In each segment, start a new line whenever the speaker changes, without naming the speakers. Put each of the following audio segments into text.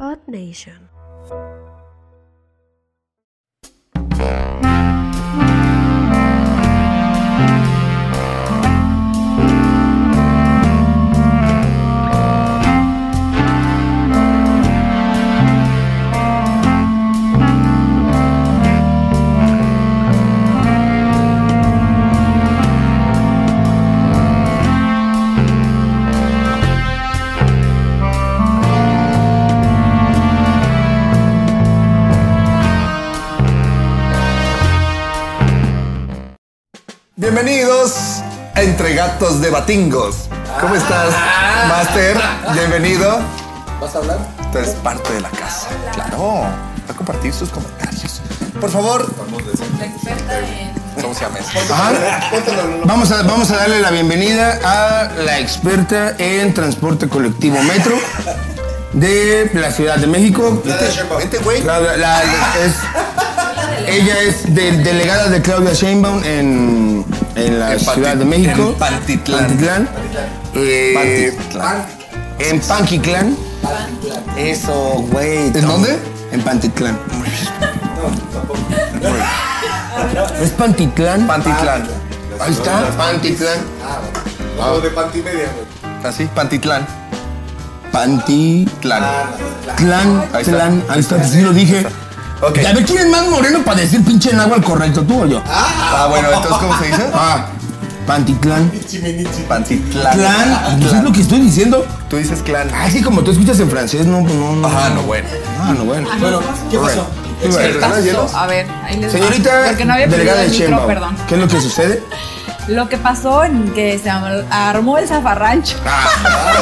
Earth Nation.
Bienvenidos a Entre Gatos de Batingos.
Ah.
¿Cómo estás, Master? Bienvenido.
¿Vas a hablar?
Tú eres parte de la casa. Claro. Va a compartir sus comentarios. Por favor. ¿Cómo se llama eso?
Ajá. Vamos a, vamos a darle la bienvenida a la experta en transporte colectivo metro de la Ciudad de México.
Vente, güey.
La- la- la- es- ella es de- delegada de Claudia Sheinbaum en, en la
En Panti-
Ciudad de México.
en Pantitlán.
Pantitlán. Eh,
Pantitlán.
En Panquitlán.
Eso, güey.
¿En dónde? En Pantitlán. ¿Es Pantitlán?
Pantitlán.
Ahí está. Pantitlán.
Lo de Pantimedia, güey.
Así, Ah. Pantitlán.
Panti.
Tlán.
Clan,
Ahí está.
clan, ahí está, sí lo dije.
Ok.
A ver, ¿quién es más moreno para decir pinche náhuatl correcto, tú o yo?
Ah, bueno, entonces, ¿cómo se dice?
Ah, Panticlan.
Chimenichi.
Pantitlán.
Clan, pues es
Tlán.
lo que estoy diciendo.
Tú dices clan.
Así como tú escuchas en francés, no, pues, no, no.
Ah, no, bueno.
Ah, no, bueno.
Bueno, ¿qué pasó?
Sí, bueno.
¿Rellenas hielos?
A ver, ahí les va.
Señorita
Ah, Porque no había
delegada
pedido
de
el micro,
Sheinbaum,
perdón.
¿qué es lo que sucede?
Lo que pasó en que se am- armó el zafarrancho.
Ah,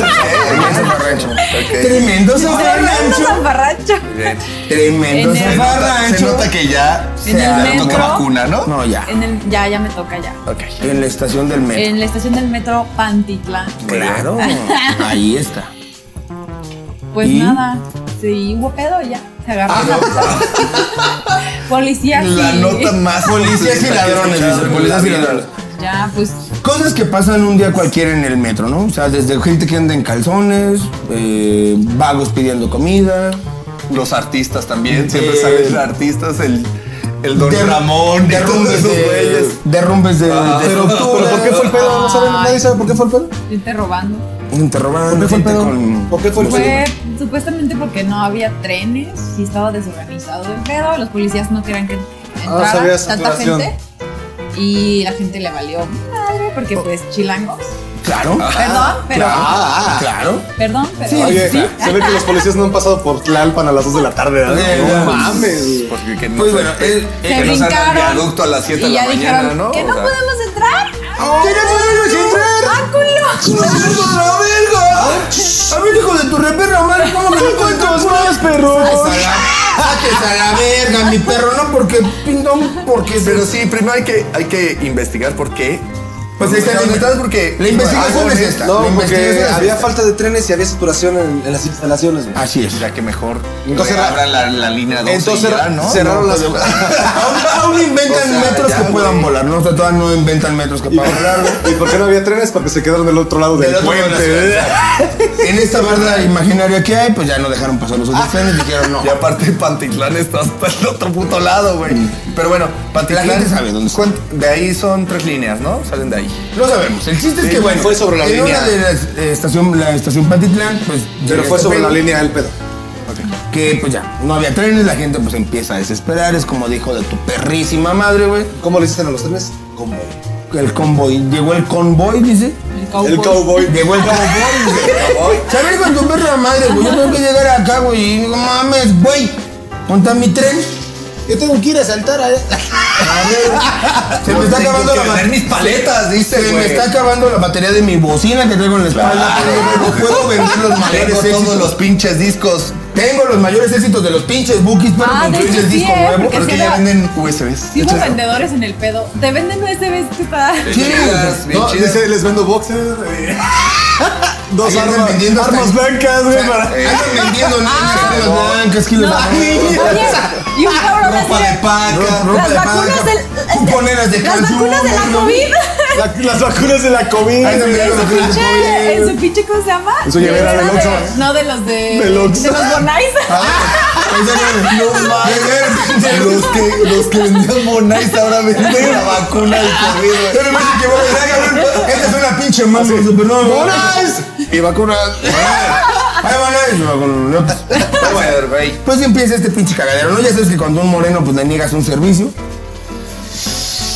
eh, Tremendo zafarrancho. Ok.
Tremendo
Tremendo
zafarrancho.
zafarrancho.
Bien.
Tremendo
En el-
Se nota, se nota
zafarrancho.
que ya se
el
ya toca
metro.
vacuna, ¿no?
No, ya.
En el, ya, ya me toca ya.
Ok.
En la estación del metro.
En la estación del metro Pantitlán.
Claro. Ahí está.
Pues
¿Y?
nada, sí, hubo pedo y ya. Se agarró. Policías
La
y-
nota más
Policías
completa que
y
he
ladrones,
escuchado
dice,
en
policías y
la vida.
ladrones.
Ya, pues
Cosas que pasan un día cualquiera en el metro, ¿no? O sea, desde gente que anda en calzones, eh, vagos pidiendo comida.
Los artistas también, siempre
Eh,
salen los artistas, el, el Don
derru-
Ramón, y todos
derrumbes
esos
de,
güeyes.
derrumbes de, de estructura.
¿Por qué fue el pedo? ¿No saben? ¿Nadie sabe por qué fue el pedo?
gente robando.
Interrogando.
¿Por qué fue el
gente
pedo?
con-
¿Por qué fue el
no sé.
Fue supuestamente porque no había trenes y estaba desorganizado el pedo. Los policías no querían que entrara
sabía esa
tanta
aclaración.
gente. Y la gente le valió madre porque pues chilangos.
Claro.
Perdón, pero.
Ah,
Claro.
Perdón, pero.
Oye, se ve que los policías no han pasado por Tlalpan a las 2 de la tarde,
Eh,
¿verdad?
ya.
No mames, güey.
Porque que no
Pues
se-
bueno, el-
que no
Se
salga el
brincaron.
viaducto a las 7 de
y
la
ya
mañana,
dijeron
¿no?
que no
O sea,
podemos entrar.
¡Que no podemos entrar!
¡Ah, culo!
¡Otra verga! A ver, hijo de tu reperra madre, ¿cómo me encuentras más, perro? Sáquese a la verga, mi perro, no porque pindón, porque se
Pero sí, primero hay que, hay que investigar por qué.
Pues ahí está la
la
inve-
porque ah,
la investigación
algo
es
en-
esta.
No,
La
porque
investigación es
había
esta. Ah,
falta de trenes y había saturación en, en las instalaciones, güey.
Así es.
Ya que mejor
Entonces,
abran la, la línea 12
Entonces
y ya, ¿no? pues,
cerraron las.
pues, Aún, aún inventan
O sea,
metros
ya,
que
güey.
puedan volar, ¿no? O sea, todavía no inventan metros que puedan volar. ¿no?
¿Y por qué no había trenes? Porque se quedaron del otro lado del,
Del otro lado de la
puente.
En esta barda imaginaria que hay, pues ya no dejaron pasar
Ah.
los otros trenes, dijeron no.
Y aparte Pantitlán está hasta el otro puto lado, güey. Pero bueno, Pantitlán.
Mm. La gente sabe dónde está.
¿Cuán- De ahí son tres líneas, ¿no? Salen de ahí.
No sabemos. El chiste es
Sí,
que, bueno,
fue sobre la
en
línea.
una de las, eh, estación, la estación Pantitlán, pues...
Pero
llega
fue
este
sobre
pedo,
la línea del pedo.
Que, pues ya, no había trenes, la gente pues empieza a desesperar, es como dijo de tu perrísima madre, güey.
¿Cómo le hiciste a los trenes? Convoy.
El convoy, llegó el convoy, dice.
El cowboy.
El cowboy.
Llegó el convoy, dice. ¿Sabes con tu perra madre, güey? Yo tengo que llegar acá, güey. Y digo, mames, güey, monta mi tren.
Yo tengo que ir a saltar
¿eh?
a.
Ah,
Se me está acabando la batería.
mis paletas, dice.
Se me está acabando la batería de mi bocina que traigo en la espalda. No puedo vender los mayores
Tengo
éxitos.
todos los pinches discos.
Tengo los mayores éxitos de los pinches bookies, pero
Ah,
con
de hecho
pinches
sí,
disco
¿eh?
nuevo.
Porque
Porque
sí
ya
era-
venden USBs.
Sí hubo
Claro.
vendedores en el pedo. Te venden USBs que está.
Sí,
Bien chidas, bien
No,
chidas.
dice, les vendo boxes. Dos
Ahí andan
armas,
vendiendo hasta-
armas blancas, güey. para-
Eh,
Andan vendiendo niñas, armas blancas, kilos
Ah,
de
No, oye, y un cabrón
ropa de
así
paca, ropa
Las
de
vacunas
paca,
del.
cuponeras de
Las
calzón,
vacunas de la
¿no?
COVID.
la- las vacunas de la COVID.
Ahí
güey.
también las
En su
vacunas de
pinche.
COVID.
En su pinche, ¿cómo se llama?
En su llavera
De
del
esas
Oxxo.
No, de los de.
Del Oxxo.
De los Bonais.
Ah.
Los que, los que vendían Bonais ahora venden la vacuna del COVID, güey.
Pero me equivoco, cabrón. Esta es una pinche mami, super no.
Bonais.
Y vacunas.
Ahí van a ir, no, no, no. Pues bien piensa este pinche cagadero, ¿no? Ya sabes que cuando un moreno pues le niegas un servicio.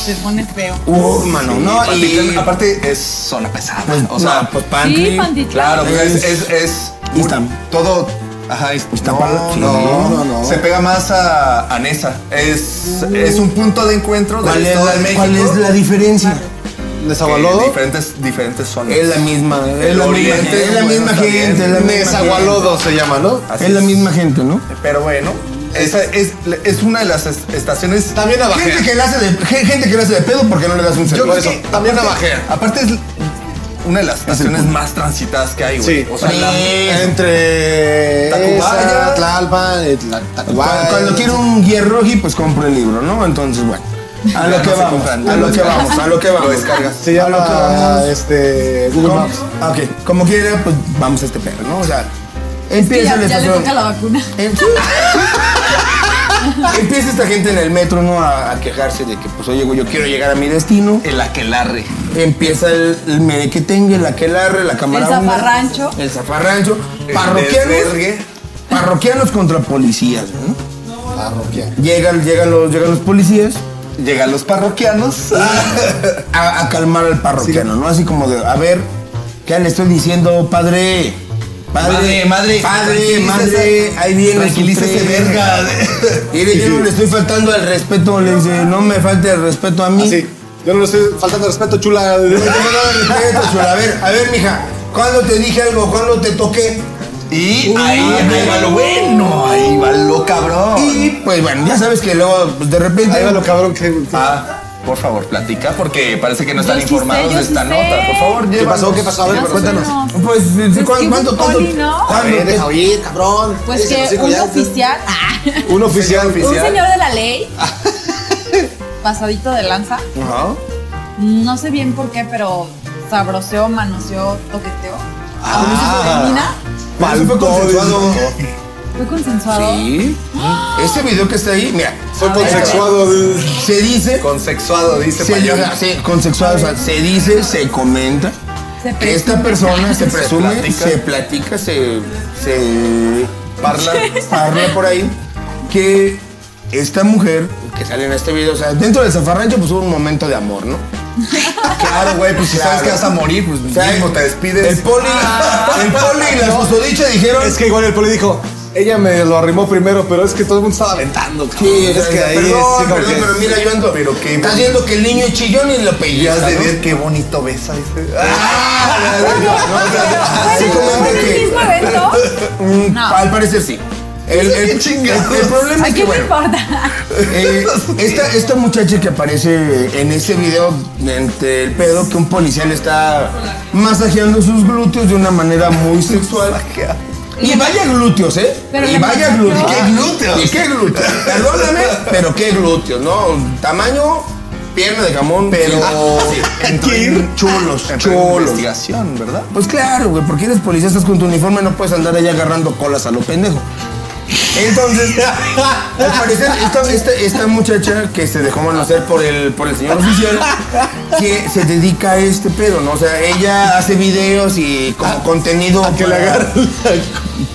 Se pone feo.
Uh, mano, no, y.
aparte es zona pesada.
Pues,
o sea,
no, pues
Sí,
pantry.
Pantitlán.
claro, pues, es, es, es un-
Iztam.
todo. Ajá, es-
Iztapalapa. Sí,
no,
no,
no,
no. Mm.
Se pega más a, a Nesa. Es, es un punto de encuentro del
¿Cuál es
Estado de
la-
México.
¿Cuál es la diferencia?
que
Desagualodo.
diferentes, diferentes zonas.
Es la misma, es
El
la misma
oriente,
gente, es la
bueno,
misma
también.
gente, es la misma gente.
Desagualodo se llama, ¿no?
Así
Es la
es.
misma gente, ¿no?
Pero bueno, esa es, es una de las es- estaciones.
También a
Gente que, le hace de, gen- gente que le hace de pedo porque no le das un
Yo
servicio.
por eso, también navajea.
Aparte es una de las estaciones más transitadas que hay, güey.
Sí.
O sea, la-
Entre
Tacubaya.
esa, Tlalpan, eh, Tla- Tacubaya.
Cuando, cuando quiero un hierroji, pues compro el libro, ¿no? Entonces, bueno. A lo
Ya
que
no se
vamos,
compran,
a
ya
lo
no
que
se-
vamos, a lo que vamos.
Lo descargas.
se
a lo que
llama
vamos.
este Google
Como,
Maps.
ok, como quiera, pues vamos a este perro, ¿no? O sea,
Que
empieza
ya,
la
ya le
estación.
toca la vacuna.
En- empieza esta gente en el metro, ¿no? A, a quejarse de que, pues, oye, güey, yo quiero llegar a mi destino.
el aquelarre.
Empieza el, el merequetengue, la aquelarre, la cámara
El
húmeda,
zafarrancho.
El zafarrancho.
El
Parroquianos.
desvergue.
Parroquianos contra policías, ¿no?
Parroquia.
Llegan, llegan, los, llegan los policías
Llegan los parroquianos.
a, a calmar al parroquiano, ¿no? Así como de, a ver, ¿qué le estoy diciendo, padre?
Madre, madre,
Padre,
tranquilícese.
madre, ahí viene. su
Tranquilícese,
tren.
verga.
Mire, yo no le estoy faltando al respeto, le dice, no me falte el respeto a mí.
Así. Yo no le estoy faltando respeto, chula.
No me falte el respeto, chula. A ver, a ver, mija, ¿cuándo te dije algo? ¿Cuándo te toqué?
Y
Uh,
ahí, ahí va lo bueno, ahí va lo cabrón.
Y pues bueno, ya sabes que luego, pues, de repente.
Ahí va lo cabrón que. que-
Ah, por favor, platica porque parece que no están
Yo sí sé,
informados
yo
de
sí
esta
sé.
nota. Por favor,
¿Qué
llévanos.
pasó? ¿Qué pasó? A ver,
Más o
cuéntanos.
menos.
Pues,
que
¿cuándo,
muy
¿cuánto, cuánto, Ah.
poli, ¿no?
A
cuándo
ver,
te-
deja oír, cabrón.
Pues
Ese
que
hocico
un
ya-
oficial. Ah.
Un oficial.
Un
oficial.
señor de la ley. Pasadito de lanza.
Ajá.
No sé bien por qué, pero sabroseó, manoseó, toqueteó.
Ah.
¿A mina?
Pero eso fue
Palpó,
consensuado.
Fue consensuado.
Sí. Ese video que está ahí, mira,
Fue consexuado. dude.
se dice.
Consexuado, dice
Se,
Payón.
dice- se- consensuado, o sea, se dice, se comenta.
Se
que
prestó.
Esta persona se presume,
platica.
se platica, se, se
Parla.
habla por ahí que esta mujer que sale en este video, o sea, dentro del zafarrancho pues hubo un momento de amor, ¿no?
Claro, güey, pues si
Claro.
sabes que vas a morir, pues
O sea,
mismo te
El
despides. Ah.
poli, el poli y la susodicha dijeron
Es que igual el poli dijo. Ella me lo arrimó primero, pero es que todo el mundo estaba aventando. cabrón.
Sí,
es que ahí
perdón,
sí como
perdón,
que-
pero mira, yo ando.
Pero qué
Está haciendo que el niño chillón y lo
Y has
pellizca.
de
¿no?
ver qué bonito besa ese.
sí
Bueno,
comenta
¿fue en el
que-
mismo evento?
Mm,
No.
Al parecer sí. El, el-
Qué chingados.
el- el problema
¿A
es que
quién le
bueno,
importa?
eh, esta, esta muchacha que aparece en ese video entre el pedo que un policía le está masajeando sus glúteos de una manera muy sexual. Y vaya glúteos, ¿eh?
Pero
y
le
vaya
masajeó.
glúteos.
¿Y
qué glúteos?
¿Y qué glúteos? Perdóname, pero qué glúteos, ¿no? Tamaño, pierna de jamón, pero
Ah, Entró
chulos,
Chulo.
chulos.
investigación, ¿verdad?
Pues claro, güey, porque eres policía, estás con tu uniforme, no puedes andar ahí agarrando colas a lo pendejo. Entonces, al parecer, esta, esta- esta muchacha que se dejó manosear por el, por el señor oficial, que se dedica a este pedo, ¿no? O sea, ella hace videos y como
Ah,
contenido.
Que le
para-
agarre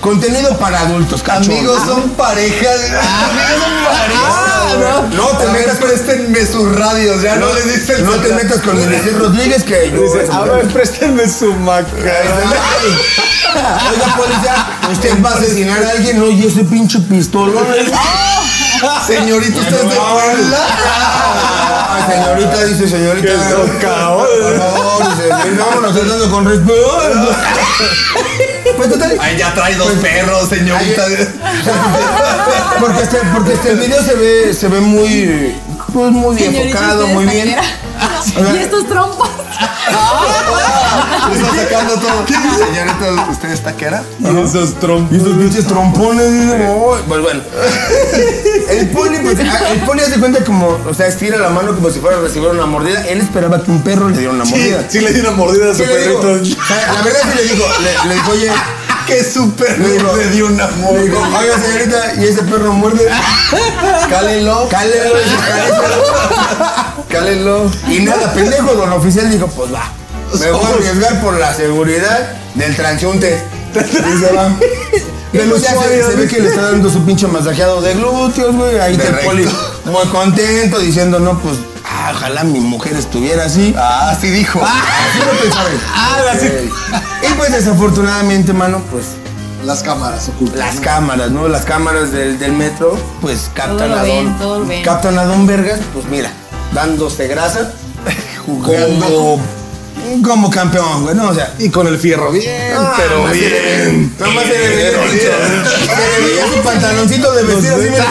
Contenido para adultos, cachondo.
Amigos son pareja. Amigos son
Ah,
pareja.
no.
No, te
A ver,
metas, préstenme sus radios. Ya no, les diste el
no te
celular.
metas con Luis Rodríguez, que yo.
Dice, a ver, préstenme su macarena.
Oiga, policía, usted va a asesinar a alguien, oye, ese pinche pistolón.
Señorita, ¿estás de
Ah, señorita, dice señorita.
Que socao.
Por favor, dice, vámonos tratando con respeto. Pues total.
Ay, ya trae dos
Pues,
perros, señorita.
Porque este, porque este video se ve, se ve muy, pues muy
Señorita,
enfocado, Ah,
¿ustedes
muy bien.
taquera? Y estos trompos.
Está sacando todo. Señorita, ¿usted está que era?
Y esos
Y esos
trompos.
pinches trompones, dice, "Ay". pues bueno. El poli, pues, a- el poli hace cuenta como, o sea, estira la mano como si fuera a recibir una mordida. Él esperaba que un perro le diera una
Sí,
mordida.
sí le di una mordida a su
Sí le digo,
perrito.
o sea, la verdad sí le dijo, le, le dijo, oye,
¡Qué súper!
Le digo-
Le dio una
le digo,
mordida.
oiga señorita, y ese perro muerde,
Cálenlo,
cálelo, y se cálelo.
cálenlo.
Y nada, pendejo, don oficial dijo, pues va, me voy a arriesgar por la seguridad del transeúnte. Y se va. Y
Del
pues ya se,
usuario,
se ve que le está dando su pinche masajeado de glúteos, güey. Ahí
De
está el
recto.
poli muy contento diciendo, no, pues, ah, ojalá mi mujer estuviera así.
Ah, sí dijo.
Así lo pensaba él.
Ah,
Y pues desafortunadamente, mano, pues
Las cámaras ocultas.
las cámaras, ¿no? Las cámaras del, del metro, pues captan
lo
a Don.
ven, todo lo ven.
Captan a Don Vergas, pues mira, dándose grasa, jugando como campeón, güey, ¿no? O sea.
Y con el fierro bien.
ah,
pero
más
bien,
se le- Nomás se le veía
pero
el pinche- se le veía su pantaloncito de vestir así, mira.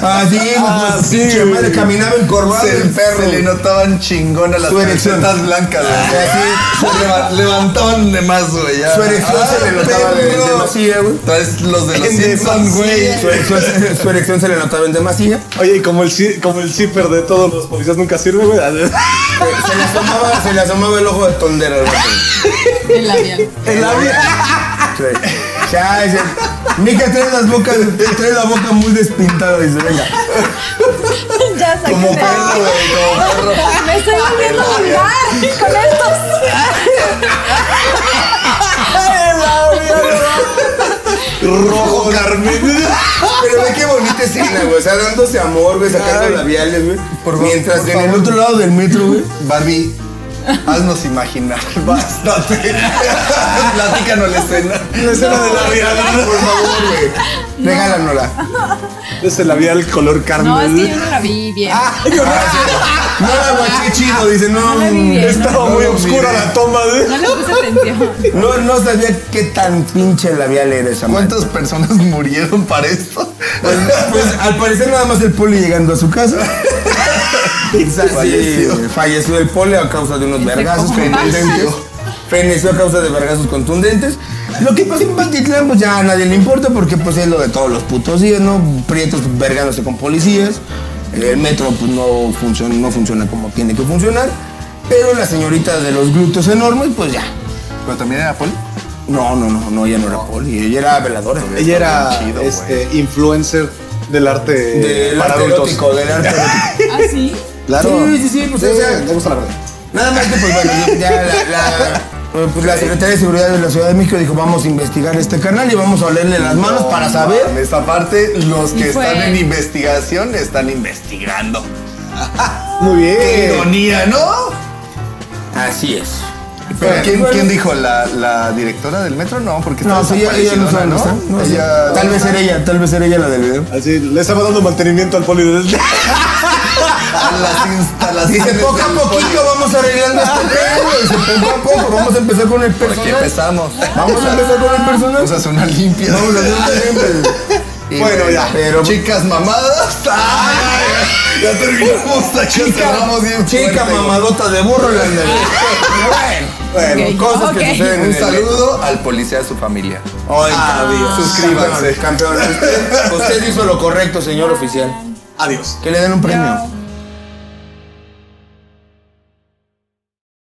Así,
Ah,
pues,
sí,
pinche
güey.
madre, caminaba encorvado
Se,
el perro.
se le notaban chingonas las
Su erección.
camisetas blancas. güey.
Ah, sí.
Se leva- levantaban de más, güey. ya.
Su erección
Ah,
se le notaba de- de
perro.
masía, güey.
Traes los de los
En
Simpsons,
demasía.
güey.
Su erección, su erección se le notaba en demasía.
Oye, y como el, ci- como el zipper de todos los policías nunca sirve, güey.
Se le asomaba, se le asomaba el ojo de tondera al vato.
El labial.
El labio.
Sí. Ya, dice, Mica trae las bocas, trae la boca muy despintada, dice, venga.
ya saqué.
Como perro, güey. Como perro.
Me estoy volviendo vulgar con estos.
Rojo carmín.
Pero ve qué bonita escena, güey. O sea, dándose amor, güey, sacando labiales, güey.
Por fa-
Mientras
por
en el
favor.
otro lado del metro, güey.
Barbie, haznos imaginar. Bástate. Platícanos la escena.
La escena de labial.
Por favor, güey.
Regálanosla.
Ese labial color carne.
No, es que yo no la vi bien.
Ah, No la guaché chido, dice, no.
Ah, la vi bien.
Estaba
No
muy
lo
oscura
miré.
la toma, de.
No le puse atención.
No, no sabía qué tan pinche labial era esa madre.
¿Cuántas personas murieron para esto?
Pues, pues, al parecer nada más el poli llegando a su casa. falleció. falleció el poli a causa de unos vergazos
cómo
contundentes.
falleció.
Feneció a causa de vergazos contundentes. Lo que pasó en Pantitlán, pues ya a nadie le importa porque pues es lo de todos los putos días, ¿no? Prietos vergándose con policías. El metro pues no funciona, no funciona como tiene que funcionar. Pero la señorita de los glúteos enormes, pues ya.
Pero también era Poli.
No, no, no, no, ella no era poli, ella era veladora.
Ella
Está
era
bien chido,
este, influencer del arte
Del
para
arte
adultos.
erótico, del arte erótico.
¿Ah, sí?
Claro.
Sí, sí, sí, pues, o sea-
me gusta la verdad.
Nada más que, pues bueno, yo- ya la, la- eh, pues, la Secretaría de Seguridad de la Ciudad de México dijo, vamos a investigar este canal y vamos a olerle las manos
No,
para saber.
mames, Esa parte, los que
Y fue-
están en investigación están investigando.
Muy
¡Qué
bien.
ironía, ¿no?
Así es.
Pero ¿quién,
bueno,
quién dijo? ¿La, la directora del metro? No, porque
No,
está
sí, ella, ella no
desaparecidona,
sabe, ¿no? No, sí.
Ella-
Tal vez era ella, tal vez era ella la del video.
Así le estaba dando mantenimiento al poli desde
a las instalaciones.
Dice, poco a
del
poquito vamos arreglando este pedo. Dice, poco a poco, vamos a empezar con el
Poli. Aquí
personal.
empezamos.
Vamos a empezar con el personal.
Vamos a hacer una limpia.
Vamos a hacer un ejemplo.
Y
Bueno, ya.
Pero- pues,
Chicas mamadas. Ay, ya terminamos. Ya cerramos bien
Chica
fuerte.
mamadota de burro. la- Bueno, bueno,
Ok.
cosas que
Ok.
suceden en
Un
el
saludo al policía de su familia.
Hoy todavía.
Suscríbanse.
Campeón, campeón. Usted, usted hizo lo correcto, señor oficial.
Adiós.
Que le den un premio.
Chao.